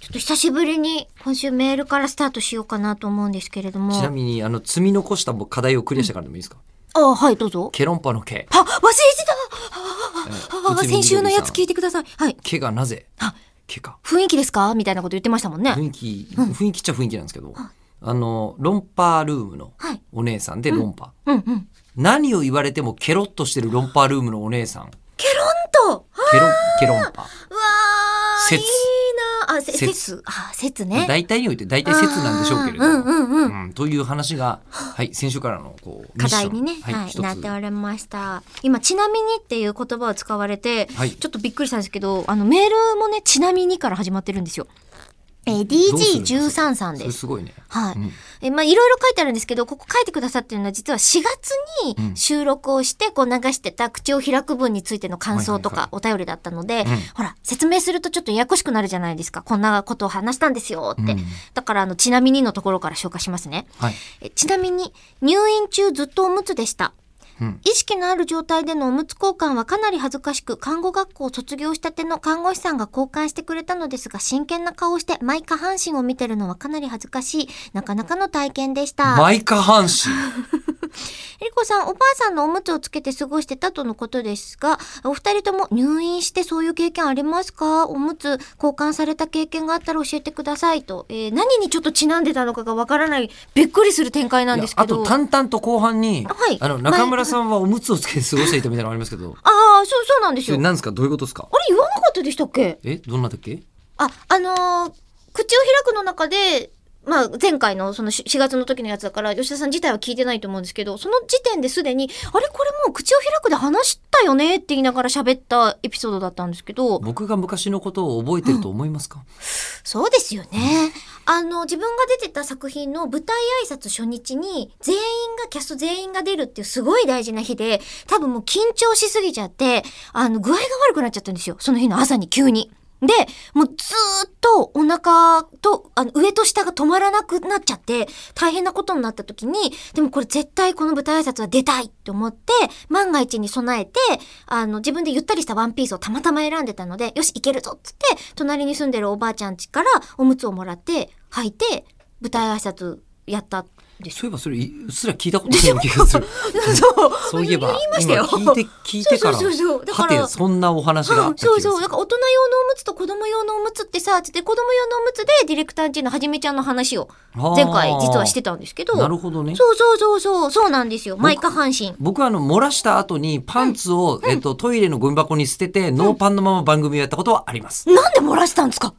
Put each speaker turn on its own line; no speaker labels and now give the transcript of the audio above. ちょっと久しぶりに今週メールからスタートしようかなと思うんですけれども。
ちなみにあの積み残した課題をクリアしたからでもいいですか、
ああ、はい、どうぞ。
ケロンパの毛
あ、忘れてたああ
内海
先週のやつ聞
みどりさん
いてください。はい。
毛がなぜ
あ
毛か
雰囲気ですかみたいなこと言ってましたもんね。
雰囲気雰囲気っちゃ雰囲気なんですけど、あのロンパールームの
はい
お姉さんでロンパ、
うんうん。
何を言われてもケロッとしてるロンパールームのお姉さん
ケロンとあ
ケロケロン
う
パ
わー、い
節
いなあ、せ、
節
節。あ、節ね。
大体において大体説なんでしょうけれど
あーうんうんうん。
うんという話が、はい、先週からのこう
課題にね
ミッ、ション
はい
一つ
なっておりました。今、ちなみにっていう言葉を使われて、
はい
ちょっとびっくりしたんですけど、あの、メールもね、ちなみにから始まってるんですよ。えー、
どうするんです
DG13 さん
そ
で
れ
す。
すごいね、
はい。
うん
えまあ、いろいろ書いてあるんですけど、ここ書いてくださってるのは、実は4月
うん
に収録をして、こう流してた口を開く分についての感想と
はい
か
は
お便りだったので、
うん
ほら、説明するとちょっとややこしくなるじゃないですか。こんなことを話したんですよって。
うん
だから、あの、ちなみにのところから紹介しますね。
はい
えちなみに、入院中ずっとおむつでした。
うん
意識のある状態でのおむつ交換はかなり恥ずかしく、看護学校を卒業したての看護師さんが交換してくれたのですが、真剣な顔をして、毎下半身を見てるのはかなり恥ずかしい、なかなかの体験でした。
マイカ半身
えりこさん、おばあさんのおむつをつけて過ごしてたとのことですが、お二人とも入院してそういう経験ありますかおむつ交換された経験があったら教えてくださいと。えー何にちょっとちなんでたのかがわからない、びっくりする展開なんですけど。
いやあと淡々と後半に、
はい
あの中村さんはおむつをつけて過ごしていたみたいなのあります けど、
ああ、そう、そうなんです
それ
よ。
何ですかどういうことですか
あれ言わなかったでしたっけ
えどんなだっけ
あ、あのー口を開くの中で、まあ、前回のそのし4月の時のやつだから、吉田さん自体は聞いてないと思うんですけど、その時点ですでに、あれこれもう口を開くで話したよねって言いながら喋ったエピソードだったんですけど、
僕が昔のことを覚えてると思いますか、
そうですよね。あの、自分が出てた作品の舞台挨拶初日に、全員が、キャスト全員が出るっていうすごい大事な日で、多分もう緊張しすぎちゃって、あの、具合が悪くなっちゃったんですよ。その日の朝に急に。で、もうずーっとお腹と、あの、上と下が止まらなくなっちゃって、大変なことになった時に、でもこれ絶対この舞台挨拶は出たいって思って、万が一に備えて、あの、自分でゆったりしたワンピースをたまたま選んでたので、よし、いけるぞっつって、隣に住んでるおばあちゃん家からおむつをもらって、履いて、舞台挨拶やったんですよ。
そういえばそれいうっすら聞いたことない気がする
そう。
そういえば
言いました
今
よ。
聞いて聞いてから
そうそうそうだから
はてそんなお話があ
う
っ
ん、
た気
そ
が
う
する、
そう。なんか大人用のおむつと子供用のおむつってさ、つって子供用のおむつでディレクター陣のはじめちゃんの話を
あー
前回実はしてたんですけど。
なるほどね
そうそうそうそう、そうなんですよ。毎下半身。
僕はあの漏らした後にパンツを、えっと、トイレのゴミ箱に捨てて、ノーパンのまま番組をやったことはあります
なんで漏らしたんですか